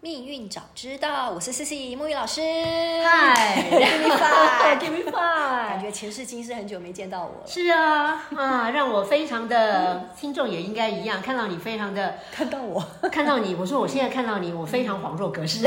命运早知道，我是思思沐浴老师。嗨 Five ，Give me 感 five。觉前世今生很久没见到我了，是啊，啊，让我非常的，听众也应该一样，看到你非常的，看到我。看到你，我说我现在看到你，我非常恍若隔世。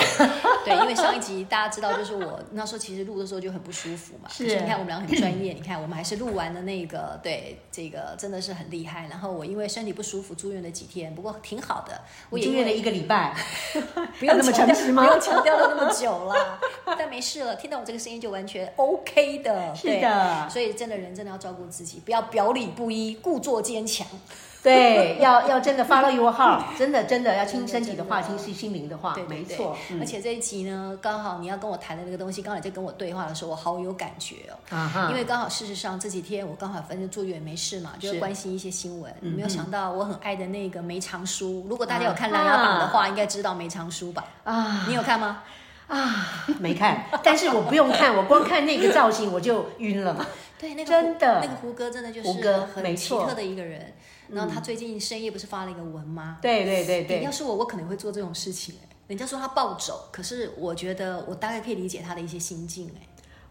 对，因为上一集大家知道，就是我那时候其实录的时候就很不舒服嘛。是可你看我们俩很专业，你看我们还是录完的那个，对，这个真的是很厉害。然后我因为身体不舒服住院了几天，不过挺好的。 我我也住因院了为一个礼拜， 不用要那么强调诚实吗不用强调了那么久啦，但没事了。听到我这个声音就完全 OK 的。是对的所以真的人真的要照顾自己，不要表里不一，故作坚强。 对，要要真的 follow your heart，真的真的要听身体的话，真听的心心灵的话对，对没对错。嗯而且这一集呢，刚好你要跟我谈的那个东西，刚好你在跟我对话的时候，我好有感觉哦。啊哈，因为刚好事实上这几天我刚好反正住院没事嘛，就是是关心一些新闻。嗯没有想到我很爱的那个梅长苏，如果大家有看《啊琅琊榜》的话，应该知道梅长苏吧？啊你有看吗？啊， 没看，但是我不用看，我光看那个造型我就晕 了。对，那个真的胡那个胡歌真的就胡是歌没很奇错特的一个人。然后他最近深夜不是发了一个文吗？对对对诶对要，是我，我可能会做这种事情、诶欸人家说他暴走，可是我觉得我大概可以理解他的一些心境、欸诶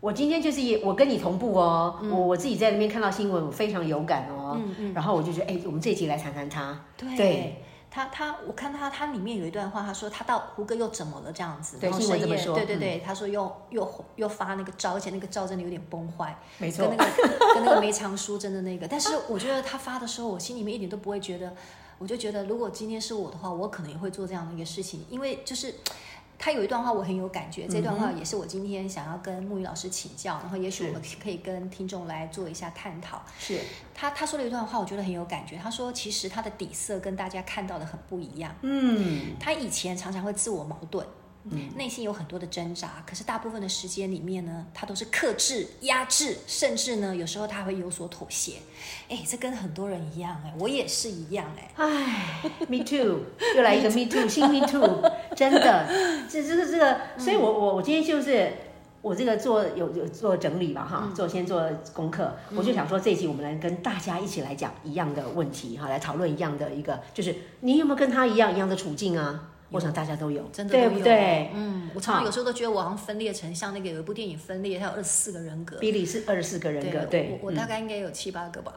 我今天就是也我跟你同步哦，我我自己在那边看到新闻，我非常有感哦。嗯嗯然后我就觉得，哎，我们这一集来谈谈他。对。对他他，我看他他里面有一段话，他说他到胡歌又怎么了这样子，对然后新闻深这么夜说对对嗯对，他说又又又发那个照，而且那个照真的有点崩坏，没跟那 个跟那个梅长苏真的那个，但是我觉得他发的时候，我心里面一点都不会觉得，我就觉得如果今天是我的话，我可能也会做这样的一个事情，因为就是。他有一段话我很有感觉，这段嗯话也是我今天想要跟木鱼老师请教，然后也许我们可以跟听众来做一下探讨。是他他说了一段话，我觉得很有感觉。他说，其实他的底色跟大家看到的很不一样。嗯，他以前常常会自我矛盾，内心有很多的挣扎，可是大部分的时间里面呢，他都是克制、压制，甚至呢，有时候他会有所妥协。哎，这跟很多人一样哎、我也是一样哎、唉，me too，又来一个 me too，新 me too，真的，这这个这个，嗯所以我我我今天就是。我这个做有有做整理吧嗯哈，做先做功课，我就想说这一集我们来跟大家一起来讲一样的问题哈，来讨论一样的一个，就是你有没有跟他一样一样的处境啊？我想大家都有，哦真的对都不有对？嗯，我常常有时候都觉得我好像分裂成像那个有一部电影分裂，它有二十四个人格。比利是二十四个人格，对，我我嗯大概应该有七八个吧，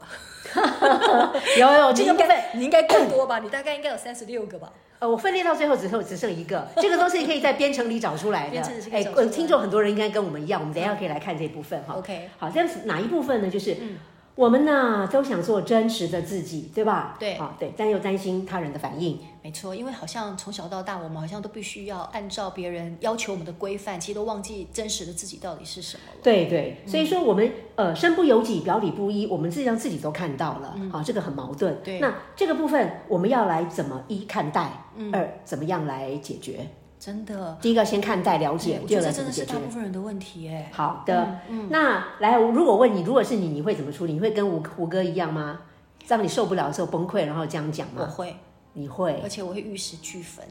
有有 你哦这个应部分，该你应该更多吧，你大概应该有三十六个吧。呃，我分裂到最后只剩只剩一 个，这个都是可以在编程里找出来的编程里是可以找出来呃的嗯听众很多人应该跟我们一样，我们等一下可以来看这部分哈。 OK 好，但是哪一部分呢？就是。嗯我们呢都想做真实的自己，对吧？对好、对，但又担心他人的反应，没错，因为好像从小到大，我们好像都必须要按照别人要求我们的规范，其实都忘记真实的自己到底是什么了。对对，嗯所以说我们、呃身不由己，表里不一，我们自己让自己都看到了，好、这个很矛盾。嗯对那这个部分我们要来怎么一看待，嗯二怎么样来解决？真的，第一个先看待了解，嗯我第觉二得个这真怎么的解是决大？部分人的问题哎。好的，那来，如果问你，如果是你，你会怎么处理？你会跟胡胡歌一样吗？让你受不了的时候崩溃，然后这样讲我吗？会，你会而？且我会玉石俱焚。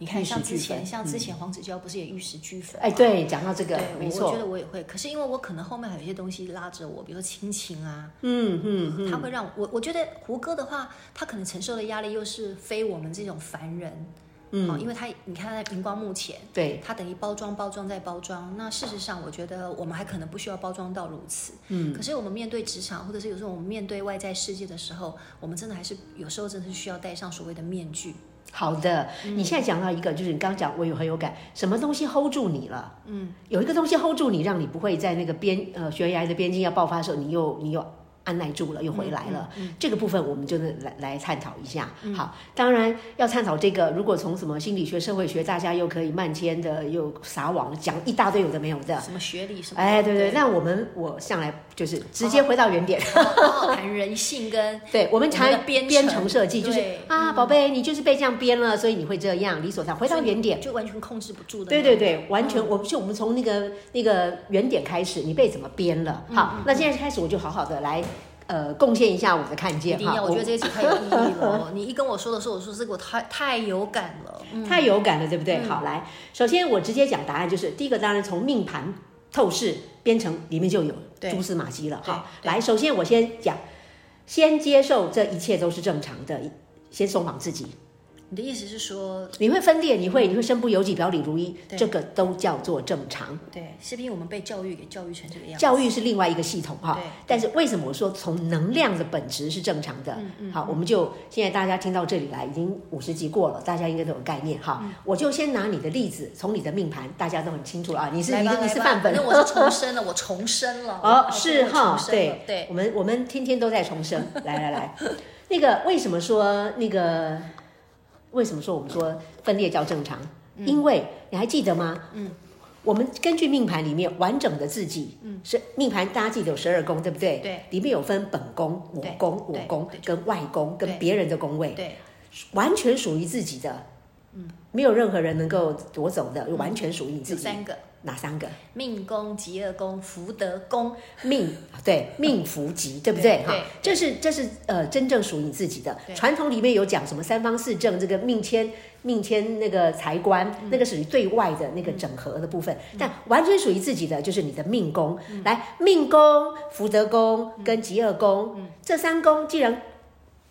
你玉看，石像俱之前，焚嗯像之前黄子佼不是也玉石俱焚？哎，对，讲到这个对，，我没我觉错，得我也会。可是因为我可能后面还有一些东西拉着我，比如说亲情啊，嗯嗯嗯，他会让我，我觉得胡歌的话，他可能承受的压力又是非我们这种凡人，嗯、因为他你看他在荧光幕前，对，它等于包装、包装再包装。那事实上，我觉得我们还可能不需要包装到如此。嗯，可是我们面对职场，或者是有时候我们面对外在世界的时候，我们真的还是有时候真的是需要戴上所谓的面具。好的。嗯你现在讲到一个，就是你刚刚讲，我有很有感，什么东西 hold 住你了？嗯，有一个东西 hold 住你，让你不会在那个边呃悬崖的边境要爆发的时候，你又你又。按耐住了，又回来了。嗯这个部分我们就是来来探讨一下。好，当然要探讨这个，如果从什么心理学、社会学，大家又可以漫天的又撒网，讲一大堆有的没有的。哎什么学历什么的？哎，对对，那我们我向来就是直接回到原点。哦谈人性跟对，我们我常们的编程编程设计，就是对啊，宝贝，你就是被这样编了，所以你会这样，理所当然。回到原点，嗯就完全控制不住的。对对，对，完全，我们就我们从那个那个原点开始，你被怎么编了？好，那现在开始我就好好的来呃贡献一下我的看一见定要，我觉得这一集太有意义 了。你一跟我说的时候，我说这个我太太有感了。嗯太有感了，对不对？好，来，首先我直接讲答案，就是第一个，当然从命盘透视编程里面就有对蛛丝马迹了。对哈。对来，首先我先讲，先接受这一切都是正常的，先松绑自己。你的意思是说，你会分裂，你会你会身不由己，表里如一，对这个都叫做正常。对，是不是我们被教育给教育成这个样子？教育是另外一个系统哈对，但是为什么我说从能量的本质是正常的？嗯好，我们就现在大家听到这里来，已经五十集过了，大家应该都有概念哈。嗯我就先拿你的例子，从你的命盘，大家都很清楚了啊。你是来你吧是你是来吧范本，那我是重生了，我重生了。哦我，是哈我重，生了对对，我们我们天天都在重 生。来来来，那个为什么说那个为什么说我们说分裂叫正常？因为你还记得吗？嗯，我们根据命盘里面完整的自己，嗯，是命盘大家记得有十二宫，对不对？对，里面有分本宫、我对宫、我对宫对跟外宫对跟别人的宫位，对完全属于自己的，嗯，没有任何人能够夺走的，完全属于你自有己。三个哪三个？命宫、极恶宫、福德宫。命对命福吉，对不对？对哈对，这是这是呃真正属于你自己的。对传统里面有讲什么三方四正，这个命签命签那个财官，嗯那个属于对外的那个整合的部分，但完全属于自己的就是你的命宫。嗯来，命宫、福德宫跟极恶宫、嗯这三宫，既然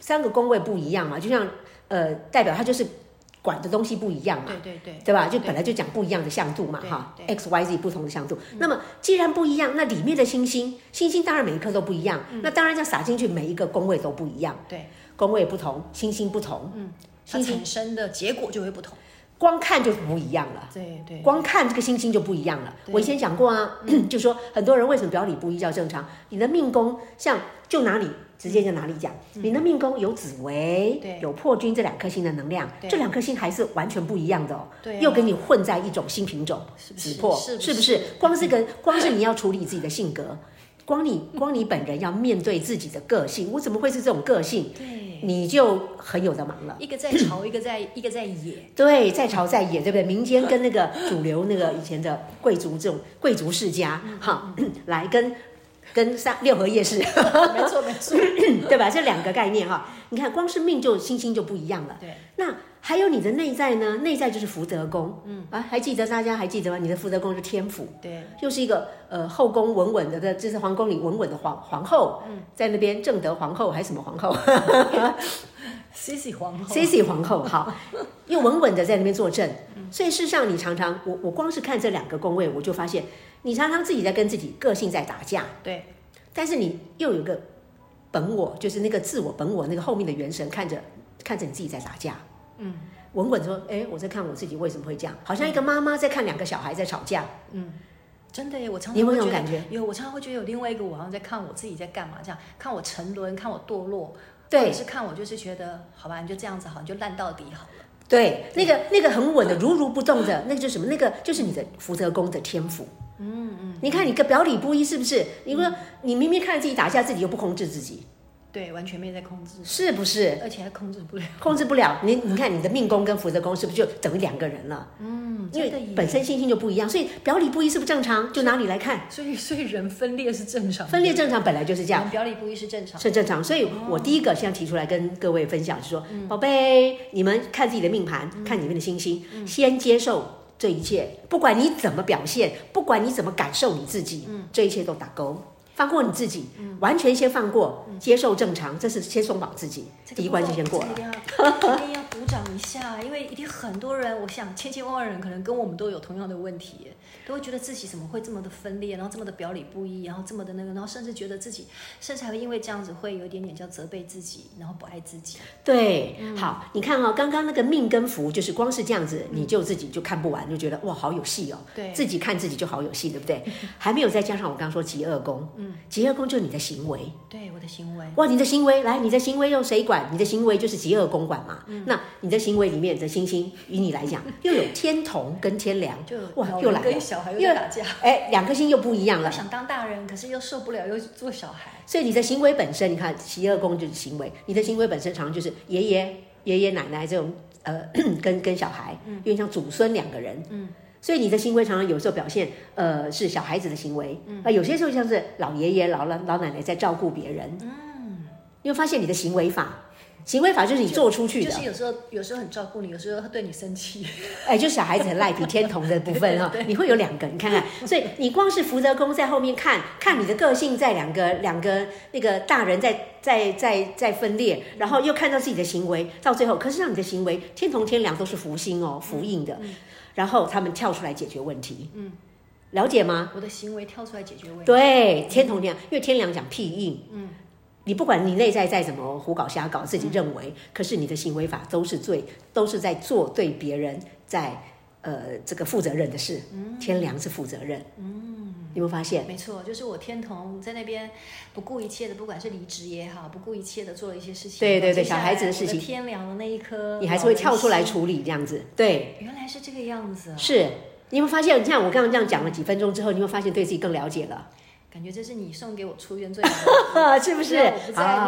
三个宫位不一样嘛，就像呃代表它就是管的东西不一样嘛。对对对，对吧？就本来就讲不一样的向度嘛，对哈对嗯，x y z 不同的向度。那么既然不一样，那里面的星星，星星当然每一颗都不一样，嗯那当然要撒进去，每一个宫位都不一样，对，宫位不同，星星不同，嗯，它星星产生的结果就会不同。光看就不一样了。对对光看这个星星就不一样了。对我以前讲过啊， 就说很多人为什么表里不一叫正常？你的命宫像就哪里直接就哪里讲，你的命宫有紫微嗯对，有破军这两颗星的能量，对这两颗星还是完全不一样的哦对啊，又给你混在一种新品种是不是紫破，是不是是不是？光是跟光是你要处理自己的性格，光你光你本人要面对自己的个性，我怎么会是这种个性？对，你就很有的忙了。一个在朝，一个在一个在 野。对，在朝在野，对不对？民间跟那个主流那个以前的贵族这种贵族世家，哈， 来跟跟三六合夜市， 没错没错。对吧？这两个概念哈，你看光是命就星星就不一样了。对，那还有你的内在呢？内在就是福德宫，嗯啊，还记得大家还记得吗？你的福德宫是天府，对又是一个呃后宫稳稳的，就是皇宫里稳稳的皇皇后，在那边正德皇后还是什么皇后？ ，Cici 皇后 C C 皇后好，又稳稳的在那边坐镇，所以事实上你常常我我光是看这两个宫位，我就发现你常常自己在跟自己个性在打架，对但是你又有一个本我，就是那个自我本我那个后面的元神看着看着你自己在打架，嗯，稳稳说，哎，我在看我自己为什么会这样，好像一个妈妈在看两个小孩在吵架，真的耶，我常你常有没会有觉这得种感觉？有，我常常会觉得有另外一个我好像在看我自己在干嘛，这样看我沉沦，看我堕落，或者对是看我就是觉得好吧，你就这样子好，你就烂到底好了。对，那嗯个那个很稳的如如不动的，那个就是什么？那个就是你的福德宫的天赋。嗯嗯，你看你个表里不一，是不是？你嗯说你明明看着自己打架，自己又不控制自己，对，完全没在控制，是不是？而且还控制不了。控制不了你，你看你的命宫跟福德宫是不是就等于两个人了？嗯，因真的为耶本身星星就不一样，所以表里不一是不是正常？就拿你来看，所以所以人分裂是正常的，分裂正常本来就是这样人。表里不一是正常的。是正常，所以我第一个先提出来跟各位分享是说，嗯宝贝，你们看自己的命盘，看里面的星星，嗯先接受这一切，不管你怎么表现，不管你怎么感受你自己，嗯这一切都打勾，放过你自己，完全先放过，接受正常，这是先松绑自己，嗯这个第一关就先过这了。个一定要一定要鼓掌一下，因为一定很多人，我想千千万万人可能跟我们都有同样的问题耶，都会觉得自己怎么会这么的分裂，然后这么的表里不一，然后这么的那个，然后甚至觉得自己，甚至还会因为这样子会有一点点叫责备自己，然后不爱自己。对，嗯好，你看哦，刚刚那个命跟福，就是光是这样子，你就自己就看不完，就觉得哇，好有戏哦。嗯对自己看自己就好有戏，对不 对？还没有再加上我刚刚说极恶宫，嗯，极恶宫就是你的行为，对我的行为，哇，你的行为来，你的行为由谁管？你的行为就是极恶公管嘛。嗯那你的行为里面的星星，与你来讲，又有天同跟天梁就，哇，老又人来跟跟小孩又在打架。哎，两颗心又不一样我了。想当大人，可是又受不了，又做小孩。所以你的行为本身，你看十二宫就是行为，你的行为本身常常就是爷爷、爷爷奶奶这种呃 跟跟小孩，有点像祖孙两个人，嗯。所以你的行为常常有时候表现，呃，是小孩子的行为，啊、有些时候像是老爷爷、老老老奶奶在照顾别人，嗯，你会发现你的行为法，行为法就是你做出去的，就是有时候有时候很照顾你，有时候会对你生气。哎，就小孩子很赖皮天童的部分哈、你会有两个，你看看，所以你光是福德宫在后面看看你的个性，在两个两个那个大人在在在在分裂，然后又看到自己的行为，到最后，可是让你的行为天同天梁都是福星哦，福印的，然后他们跳出来解决问题，嗯，了解吗？ 我的行为跳出来解决问题。对，天同天梁，因为天梁讲屁印，嗯，你不管你内在再怎么胡搞瞎搞，自己认为，可是你的行为法都是最都是在做对别人在呃这个负责任的事，嗯天梁是负责任，嗯，有没有发现？没错，就是我天童在那边不顾一切的，不管是离职也好，不顾一切的做了一些事情。对对对接下来小孩子的事情我天良的那一颗，你还是会跳出来。处理这样子，嗯对，原来是这个样 子啊，是。你有没有发现，像我刚刚这样讲了几分钟之后，你有没有发现对自己更了解了？感觉这是你送给我出院最好的啊，礼物，是不是？啊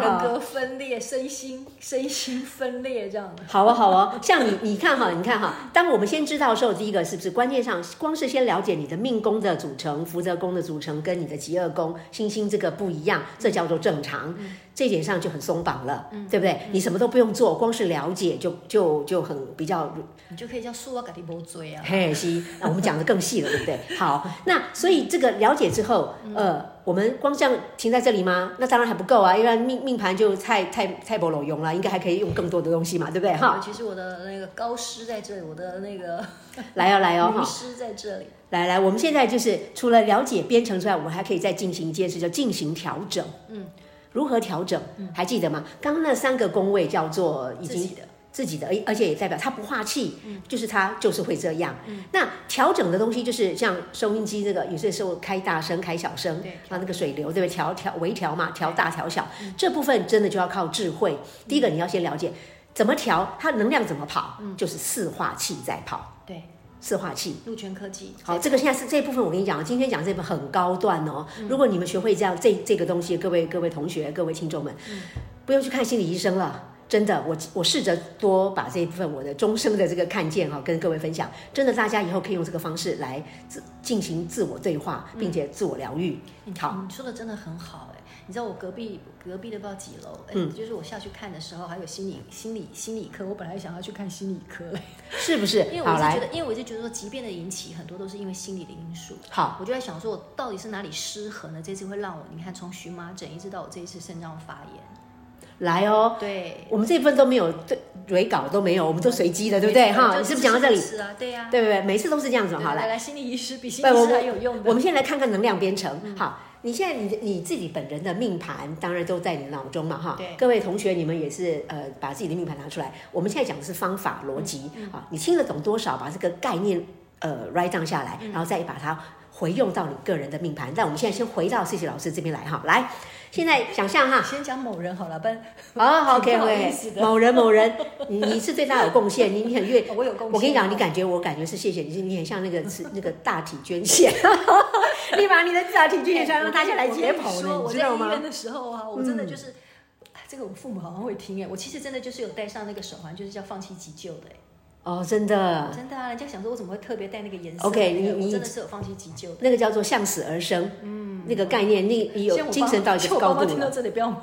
让哦我不好再人格分裂、身心身心分裂这样的。好啊，好啊，像你，你看哈，你看哈，当我们先知道的时候，第一个是不是观念上，光是先了解你的命宫的组成、福德宫的组成跟你的极恶宫、星星这个不一样，这叫做正常，这一点上就很松绑了，对不对？你什么都不用做，光是了解就就就很比较你就可以叫苏瓦嘎迪波追啊。嘿，是，那我们讲的更细了，对不对？好，那所以这个了解之后，呃，我们光这样停在这里吗？那当然还不够啊，因为命命盘就太太太不拢用了，应该还可以用更多的东西嘛， 对不对？哈，其实我的那个高师在这里，我的那个来哦，来哦，哈名。师在这里。来来，我们现在就是除了了解编程之外，我们还可以再进行一件事，叫进行调整。嗯，如何调整？还记得吗？刚刚那三个宫位叫做已嗯自经己的嗯自己的，而而且也代表它不化气，就是它就是会这样。那调整的东西就是像收音机这个，有些时候开大声、开小声，对啊，那个水流对不对？调调微调嘛，调大调小，嗯这部分真的就要靠智慧。第一个你要先了解怎么调，它能量怎么跑，嗯就是四化气在跑，对，四化气。陆泉科技。好，这个现在是这一部分，我跟你讲，今天讲这部分很高段哦。嗯如果你们学会这样这这个东西，各位各位同学、各位听众们，嗯不用去看心理医生了。真的，我我试着多把这一部分我的终生的这个看见哈、跟各位分享。真的，大家以后可以用这个方式来自进行自我对话，并且自我疗愈。好，你嗯说的真的很好哎、你知道我隔壁隔壁的不知道几楼，哎、嗯就是我下去看的时候，还有心理心理心理科，我本来想要去看心理科、哎是不是？因为我好一直觉来，得，因为我一直觉得说，即便的引起很多都是因为心理的因素。好，我就在想说，我到底是哪里失衡了？这次会让我，你看从荨麻疹一直到我这一次肾脏发炎，来哦。对，我们这一部分都没有对蕊稿都没有，我们都随机的，对不对？没错哈，就你是不是讲到这里？是啊，对呀、啊，对不对？每次都是这样子嘛。好，来来。来，心理医师比心理不，医我师还有 用的。我们先来看看能量编程。嗯好，你现在你你自己本人的命盘，当然都在你的脑中嘛，哈对。各位同学，你们也是呃，把自己的命盘拿出来。我们现在讲的是方法逻辑嗯啊，你听得懂多少？把这个概念呃 write down 下来，嗯然后再把它回用到你个人的命盘。但我们现在先回到 C C 老师这边来哈，嗯来，现在想象哈，先讲某人好了，不然啊，好 ，OK，挺不好意思 OK，的某人某人，你你是对他有贡献，你你很愿，我有贡献我跟你讲，你感觉我感觉是谢谢你，你很像那 个是那个大体捐献， 你把你的大体捐献出来，让大家来解我跟你剖呢，说你我知在道医吗嗯院？的时候啊，我真的就是，哎这个我父母好像会听哎，我其实真的就是有戴上那个手环，就是叫放弃急救的哎，哦，真的，真的啊，人家想说我怎么会特别戴那个颜色 OK，那个你你我真的是有放弃急救的。那个叫做向死而生，嗯，那个概念，你你有像我爸精神到一像个 我爸高妈度听到了。这里不要骂，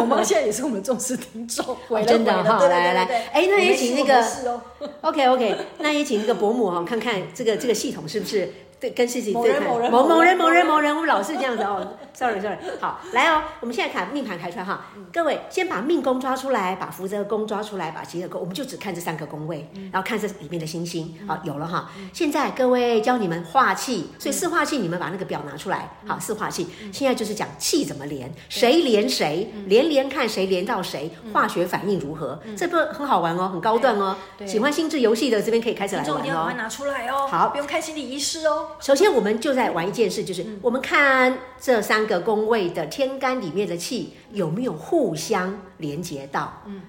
我妈现在也是我们的忠实听众，回了哦真的回了哈对对来对来对对哎那也请那个我们是哦 OK OK，那也请那个伯母哈，看看这个这个系统是不是对跟事情某对人看某人某某某人人某人某人，我们老是这样子哦。Sorry Sorry，好来哦，我们现在看命盘开出来哈，嗯各位先把命宫抓出来，把福德宫抓出来，把吉德宫，我们就只看这三个宫位，嗯然后看这里面的星星，好有了哈。现在各位教你们化气，所以四化气你们把那个表拿出来，嗯好四化气，现在就是讲气怎么连，谁连谁，嗯连连看谁连到谁，化学反应如何，这不很好玩哦，很高段哦，对喜欢。那心智游戏的这边可以开始来听众一玩定要赶快哦。拿出来哦，好不用看心理医师哦。首先，我们就在玩一件事，就是嗯我们看这三个宫位的天干里面的气有没有互相连接到。嗯，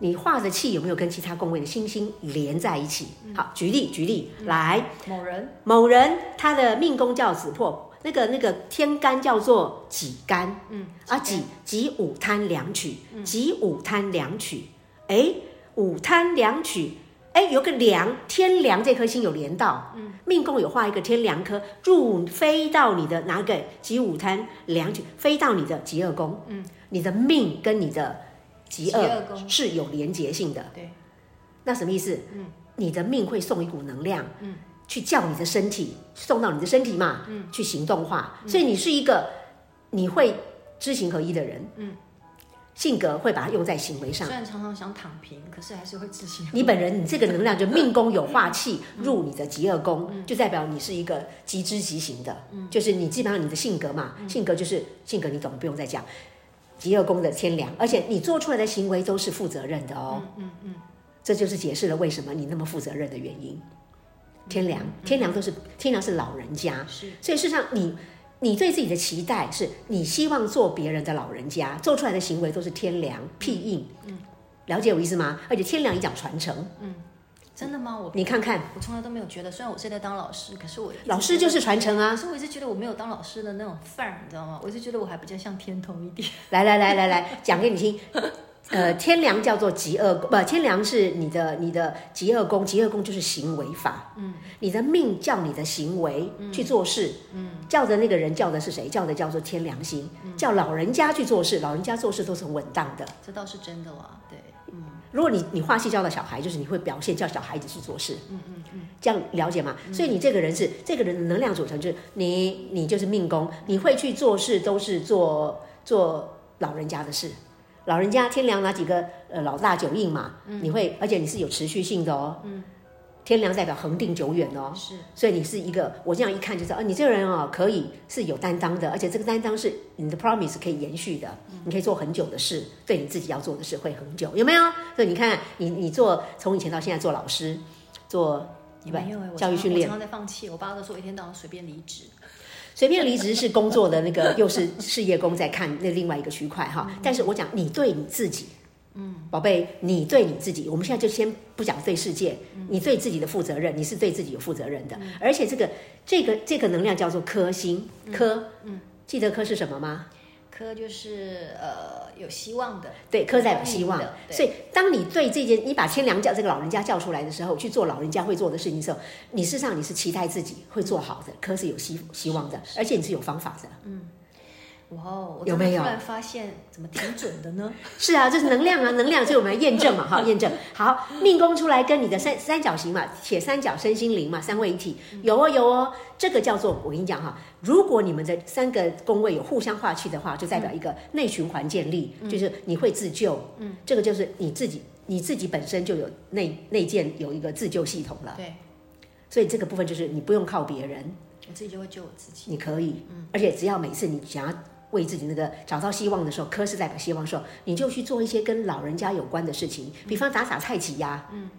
你化的气有没有跟其他宫位的星星连在一起？嗯好，举例举例，来，某人某人他的命宫叫子破，那个那个天干叫做己干，嗯，啊己己午贪两曲，己午贪两曲，哎，午贪两曲，哎，有个梁天梁这颗星有连到，嗯，命宫有画一个天梁颗入飞到你的哪个己午贪两曲飞到你的己二宫，嗯，你的命跟你的己己二二宫是有连结性的，对，那什么意思？嗯，你的命会送一股能量，嗯，去叫你的身体送到你的身体嘛，嗯，去行动化。所以你是一个你会知行合一的人，嗯，性格会把它用在行为上虽。然常常想躺平，可是还是会自信。你本人你这个能量就命宫有化气入你的极二宫，就代表你是一个极知极行的，就是你基本上你的性格嘛，性格就是性格，你总不用再讲。极二宫的天良，而且你做出来的行为都是负责任的哦。嗯嗯，这就是解释了为什么你那么负责任的原因。天良，天良都是天良是老人家，是所以事实上你。你对自己的期待是你希望做别人的老人家，做出来的行为都是天良屁硬，了解我意思吗？而且天良也讲传承，真的吗？我你看看，我从来都没有觉得，虽然我是在当老师，可是我一直老师就是传承可啊！是我一直觉得我没有当老师的那种范儿，你知道吗？我一直觉得我还比较像天童一点。 来来来来来，讲给你 听。呃，天良叫做极恶宫，不，天良是你的你的极恶宫，极恶宫就是行为法。嗯，你的命叫你的行为去做事。嗯，叫的那个人叫的是谁？叫的叫做天良心，叫老人家去做事，老人家做事都是很稳当的。这倒是真的啦，对，嗯，如果你你画戏教到小孩，就是你会表现叫小孩子去做事，嗯嗯嗯，这样了解吗？所以你这个人是这个人的能量组成，就是你你就是命宫，你会去做事都是做做老人家的事，老人家天良哪几个呃老大九印嘛，你会而且你是有持续性的哦，嗯，天良代表恒定久远哦，是所以你是一个，我这样一看就知道，啊，你这个人哦，可以是有担当的，而且这个担当是你的 promise 可以延续的，你可以做很久的事，对你自己要做的事会很久，有没有？所以你看，你你做从以前到现在做老师，做你没有哎、我教育常训我练常，常在放弃。我爸都说我一天到晚随便离职，随便离职是工作的那个， 又是事业工在看那另外一个区块哈。但是我讲你对你自己，嗯，宝贝，你对你自己，我们现在就先不讲对世界，你对自己的负责任，你是对自己有负责任的。而且这个这个这个能量叫做科星科，嗯，记得科是什么吗？科就是呃有希望的，对，科代表希望有的。对所以，当你对这件，你把天良叫这个老人家叫出来的时候，去做老人家会做的事情的时候，你事实上你是期待自己会做好的，科是有希希望的，而且你是有方法的。哇哦，我有怎么没有突然发现怎么挺准的 呢？是啊，这是能量啊，能量，所以我们来验证嘛，哈，验证。好，命宫出来跟你的三三角形嘛，铁三角身心灵嘛，三位一体，有哦有哦，这个叫做我跟你讲哈，如果你们的三个宫位有互相化气的话，就代表一个内循环建立，就是你会自救，嗯，这个就是你自己你自己本身就有内内建有一个自救系统了，对所以这个部分就是你不用靠别人，我自己就会救我自己。你可以，而且只要每次你想要为自己那个找到希望的时候，科是代表希望的时候，你就去做一些跟老人家有关的事情，比方打打太极呀、嗯，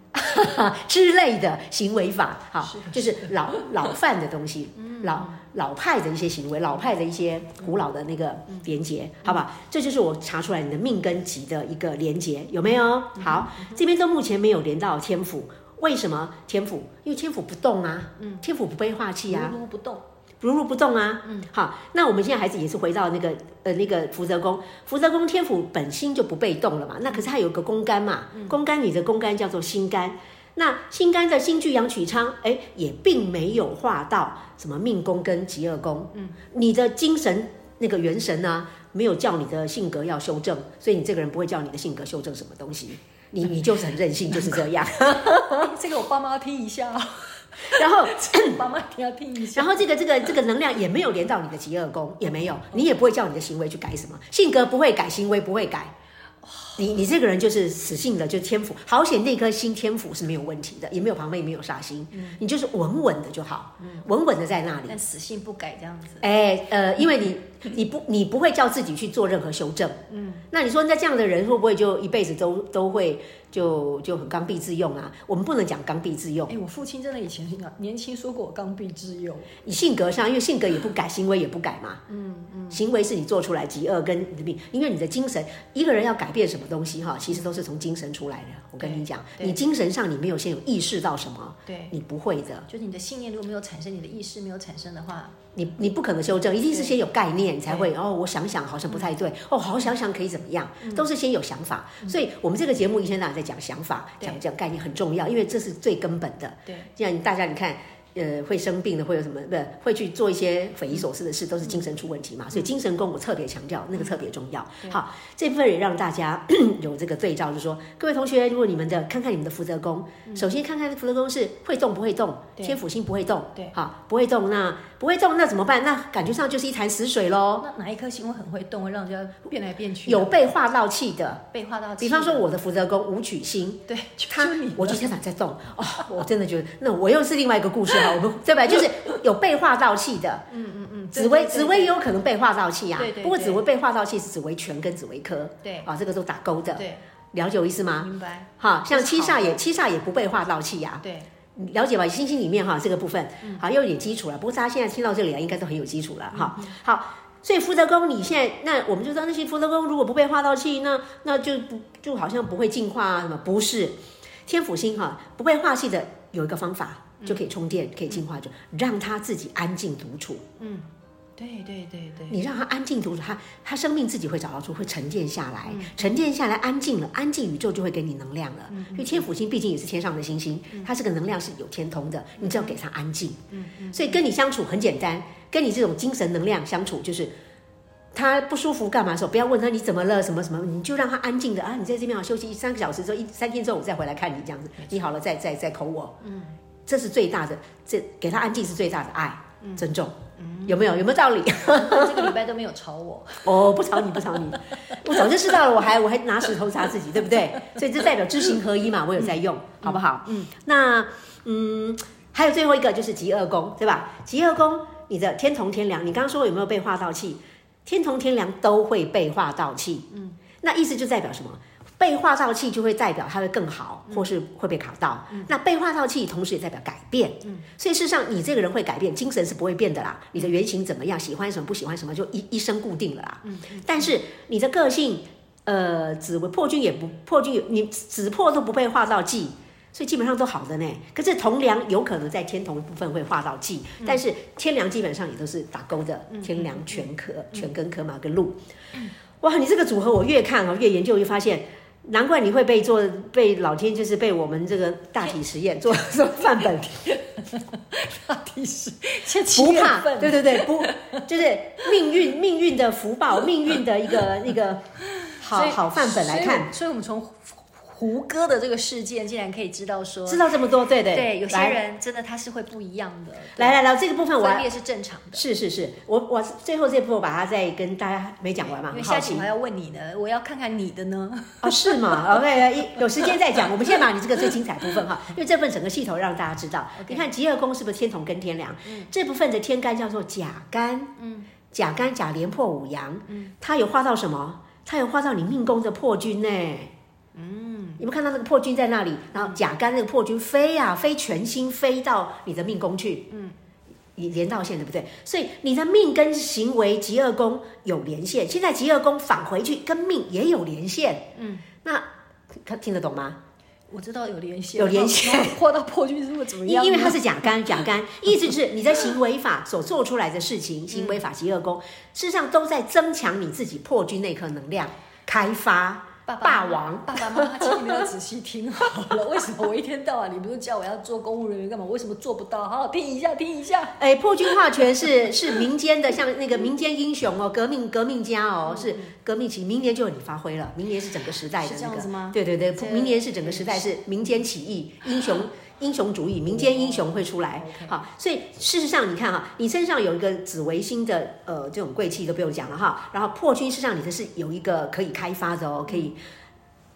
之类的行为法，好， 就是嗯老老范的东西，老老派的一些行为，老派的一些古老的那个连接，好吧？这就是我查出来你的命跟吉的一个连接，有没有？好，这边都目前没有连到天府。为什么天府？因为天府不动啊，天府不被化气啊，如如不动， 如如不动啊。嗯，好，那我们现在还是也是回到那个呃那个福泽宫，福泽宫天府本心就不被动了嘛，那可是它有个宫干嘛，宫干你的宫干叫做心干。那心干的心巨阳曲昌，哎，也并没有化到什么命宫跟极恶宫。嗯，你的精神那个元神呢、没有叫你的性格要修正，所以你这个人不会叫你的性格修正什么东西，你你就是很任性，就是这 样。这个我爸妈要听一下哦，然后 我爸妈一定要听一下。然后这个这个这个能量也没有连到你的极恶宫，也没有，你也不会叫你的行为去改什么，性格不会改，行为不会改。你你这个人就是死性的，就天府。好险那颗心天府是没有问题的，也没有旁边也没有煞星，你就是稳稳的就好，稳稳的在那里。但死性不改这样子，哎，呃，因为你你不你不会叫自己去做任何修正，嗯，那你说那这样的人会不会就一辈子都都会就就很刚愎自用啊？我们不能讲刚愎自用哎、，我父亲真的以前年轻说过我刚愎自用，你性格上，因为性格也不改，行为也不改嘛。嗯嗯，行为是你做出来极恶跟你的命，因为你的精神，一个人要改变什么，么东西哈，其实都是从精神出来的。我跟你讲，对对你精神上你没有先有意识到什么，对，你不会的，就是你的信念如果没有产生，你的意识没有产生的话，你你不可能修正，一定是对先有概念，你才会哦，我想想好像不太嗯对，哦，好想想可以怎么样，都是先有想法。所以我们这个节目以前哪在讲想法，对讲讲概念很重要，因为这是最根本的。对，这样大家你看，呃，会生病的，会有什么不是会去做一些匪夷所思的事，都是精神出问题嘛。所以精神功我特别强调，那个特别重要。好，这部分也让大家 有这个对照，就是说，各位同学，如果你们的看看你们的福德宫，首先看看福德宫是会动不会动，对天府星不会动，对好，不会动，那不会动那怎么办？那感觉上就是一潭死水喽。那哪一颗星会很会动，会让人家变来变去？有被化到气的，被画到，比方说，我的福德宫武曲星，对，就他就你，我就天哪在动哦，我真的觉得，那我又是另外一个故事哈，我们对吧？就是有被化到气的，嗯嗯嗯，紫 薇对紫薇也，有可能被化到气啊对对，不过紫对薇被化到气是紫薇权跟紫薇科，对啊，这个都打勾的，对啊了解我意思对，吗？明白，好，像这七是好煞也七煞也不被化到气呀、对，你了解吧？星星里面哈这个部分，好，又有点基础了。不过大家现在听到这里啊，应该都很有基础了哈。好，所以福德宫你现在那我们就知道那些福德宫如果不被化到气，那那就不就好像不会进化啊什么？不是，天府星哈不被化气的有一个方法就可以充电，可以进化，就让他自己安静独处。对对对对，你 让他安静独处，他他生命自己会找到出，会沉淀下来，沉淀下来安静了，安静宇宙就会给你能量了。因为天府星毕竟也是天上的星星，它这个能量是有天通的，你只要给他安静。所以跟你相处很简单，跟你这种精神能量相处就是。他不舒服干嘛的时候，不要问他你怎么了，什么什么，你就让他安静的啊，你在这边好休息三个小时之后，一三天之后我再回来看你这样子，你好了再再再口我，嗯，这是最大的，这给他安静是最大的爱，尊重，有没有有没有道理？这个礼拜都没有吵我， 哦，不吵你，不吵你， 我早就知道了，我还我还拿石头砸自己，对不 对？所以这代表知行合一嘛，我有在用，好不好？嗯，那嗯，还有最后一个就是极恶宫，对吧？极恶宫，你的天同天梁，你刚刚说有没有被化到气？天同天梁都会被化到气，嗯，那意思就代表什么？被化到气就会代表它会更好，或是会被卡到。那被化到气，同时也代表改变。嗯所以事实上，你这个人会改变，精神是不会变的啦。你的原型怎么样，喜欢什么不喜欢什么，就一一生固定了啦。但是你的个性，呃，紫薇破军也不破军也，你紫破都不被画到忌，所以基本上都好的呢。可是同梁有可能在天同部分会画到忌，但是天梁基本上也都是打勾的，天梁全科、全跟科嘛跟禄。哇，你这个组合我越看哦越研究，越发现。难怪你会被做被老天就是被我们这个大体实验做做范本第十，现在七不月怕，份对对对，不就是 命运命运的福报，命运的一个一个好所以好范本来看，所以，所以我们从胡胡歌的这个事件，竟然可以知道说，知道这么多，对对对，有些来人真的他是会不一样的，来来来，这个部分对，我分还裂是正常的。是是是，我我最后这部分我把它再跟大家没讲完嘛，因为很好下集奇我还要问你呢，我要看看你的呢。 哦，是吗 ？OK，一有时间再讲。我们先把你这个最精彩部分哈，因为这份整个系统让大家知道。你看极恶宫是不是天同跟天梁？这部分的天干叫做甲干，嗯，甲干甲廉破五阳，嗯，它有画到什么？它有画到你命宫的破军呢、嗯，有没有看到那个破军在那里？然后甲干那个破军飞呀、飞全星飞到你的命宫去，嗯，你连到线对不对？所以你的命跟行为极恶宫有连线，现在极恶宫返回去跟命也有连线，那他听得懂吗？我知道有连线，有连线然后，破到破军是会怎么因样呢？因为它是甲肝，甲 肝意思是你在行为法所做出来的事情，嗯行为法极恶宫，事实上都在增强你自己破军那颗能量，开发爸霸爸王。爸爸妈妈，请你们要仔细听好了。为什么我一天到晚你们都叫我要做公务人员干嘛？为什么做不到？好好听一下，听一下。哎，破军化权是是民间的，像那个民间英雄哦，革命革命家哦，是革命起，明年就有你发挥了，明年是整个时代嗯的是这那样个子吗对对对，这明年是整个时代是民间起 义、英雄英雄主义、民间英雄会出 来。好，所以事实上你看哈，你身上有一个紫微星的呃这种贵气都不用讲了哈，然后破军事实上你的是有一个可以开发的哦，可以。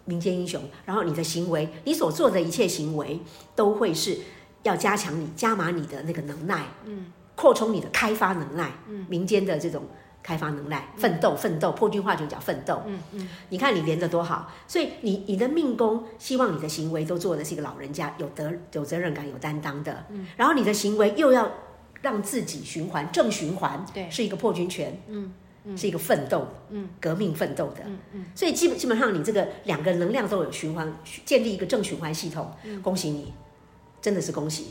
民间英雄，然后你的行为，你所做的一切行为，都会是要加强你、加码你的那个能耐，嗯，扩充你的开发能耐，嗯，民间的这种开发能耐，奋斗、奋斗，破军化就叫奋斗，嗯嗯，你看你连得多好，所以你你的命宫希望你的行为都做的是一个老人家，有责有责任感、有担当的，嗯，然后你的行为又要让自己循环正循环，对是一个破军权，嗯。是一个奋斗，嗯，革命奋斗的，嗯嗯，所以基本基本上你这个两个能量都有循环，建立一个正循环系统，恭喜你，真的是恭喜。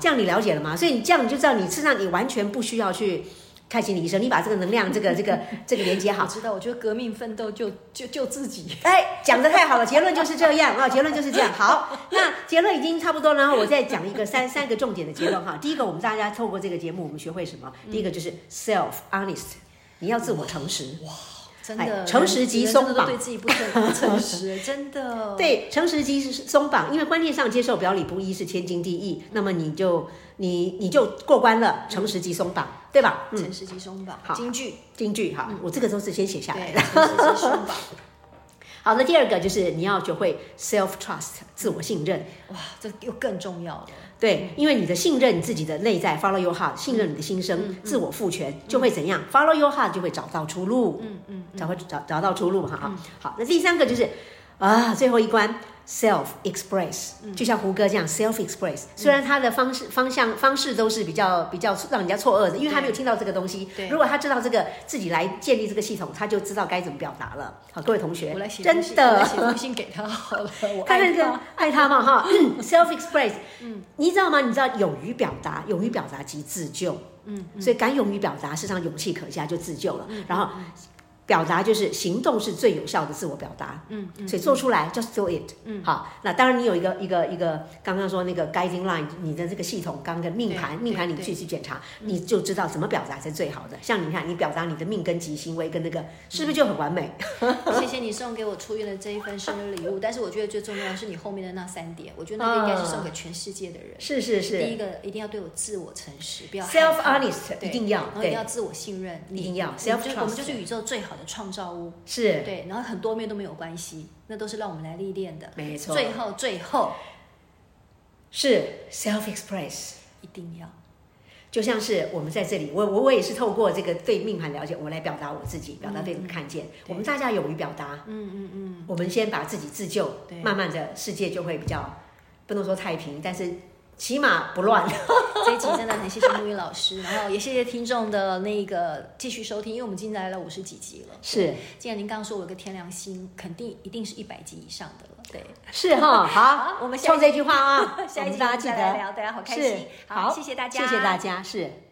这样你了解了吗？所以你这样你就知道，你事实上你完全不需要去看心理医生，你把这个能量，这个这个这个连接好我，知道，我觉得革命奋斗就就就自己。哎，讲的太好了，结论就是这样啊、结论就是这样。好，那结论已经差不多了，然后我再讲一个三三个重点的结论哈。第一个，我们大家透过这个节目，我们学会什么？第一个就是 self honest，你要自我诚实。真哎的，诚实人即人松真的绑都对自己不诚不诚实，真的。，对，诚实即是松绑，因为观念上接受表里不一是天经地义，那么你就你你就过关了，诚实即松绑，对吧？嗯，诚实即松绑，好京剧，京剧哈，我这个都是先写下来对，的。诚实即松绑。好的，第二个就是你要学会 self trust，自我信任。哇，这又更重要了。嗯对，因为你的信任你自己的内在，follow your heart，信任你的心声，嗯自我赋权就会怎样？follow your heart 就会找到出路，嗯嗯，才会找找到出路哈。嗯好，那第三个就是啊，最后一关 self express，、就嗯像胡歌这样 self express，、虽然他的方式方向方式都是比较比较让人家错愕的，因为他没有听到这个东西对。如果他知道这个，自己来建立这个系统，他就知道该怎么表达了。好，各位同学我来，写真封信我的来写封信给他好了。 我看爱那个他，爱他嘛哈，self express，嗯，你知道吗？你知道勇于表达，勇于表达即自救，嗯，所以敢勇于表达，事实上勇气可嘉就自救了。嗯然后表达就是行动是最有效的自我表达，嗯，所以做出来 just do it，嗯，好，那当然你有一个一个一个刚刚说那个 guiding line，你的这个系统刚的命盘，对命盘你对嗯去去检查，你就知道怎么表达才最好的。像你看，你表达你的命根及行为跟那个是不是就很完嗯美？ 谢谢你送给我出院的这一份生日礼物，但是我觉得最重要的是你后面的那三点，我觉得那个应该是送给全世界的人。是是第一是个一定要对我自我诚实，不要害，self 怕 honest 对一定要然后一定对要。自我信任，你一定要我们 self 就我们就 trust 是宇宙最好的创造物，是，对，然后很多面都没有关系，那都是让我们来历练的。没错，最后，最后是 self express。一定要就像是我们在这里，我我我也是透过这个对命盘了解，我来表达我自己，表达嗯对你们看见。我们大家勇于表达，嗯嗯嗯，我们先把自己自救对，慢慢的世界就会比较，不能说太平，但是起码不乱。这一集真的很谢谢木鱼老师，然后也谢谢听众的那个继续收听，因为我们进来了五十几集了。是既然您刚刚说我有个天良心，肯定一定是一百集以上的了。对，是哈， 好好，我们下一冲这句话啊， 下一我们集大家再记得来聊，大家好开心是。好，谢谢大家，谢谢大家，是。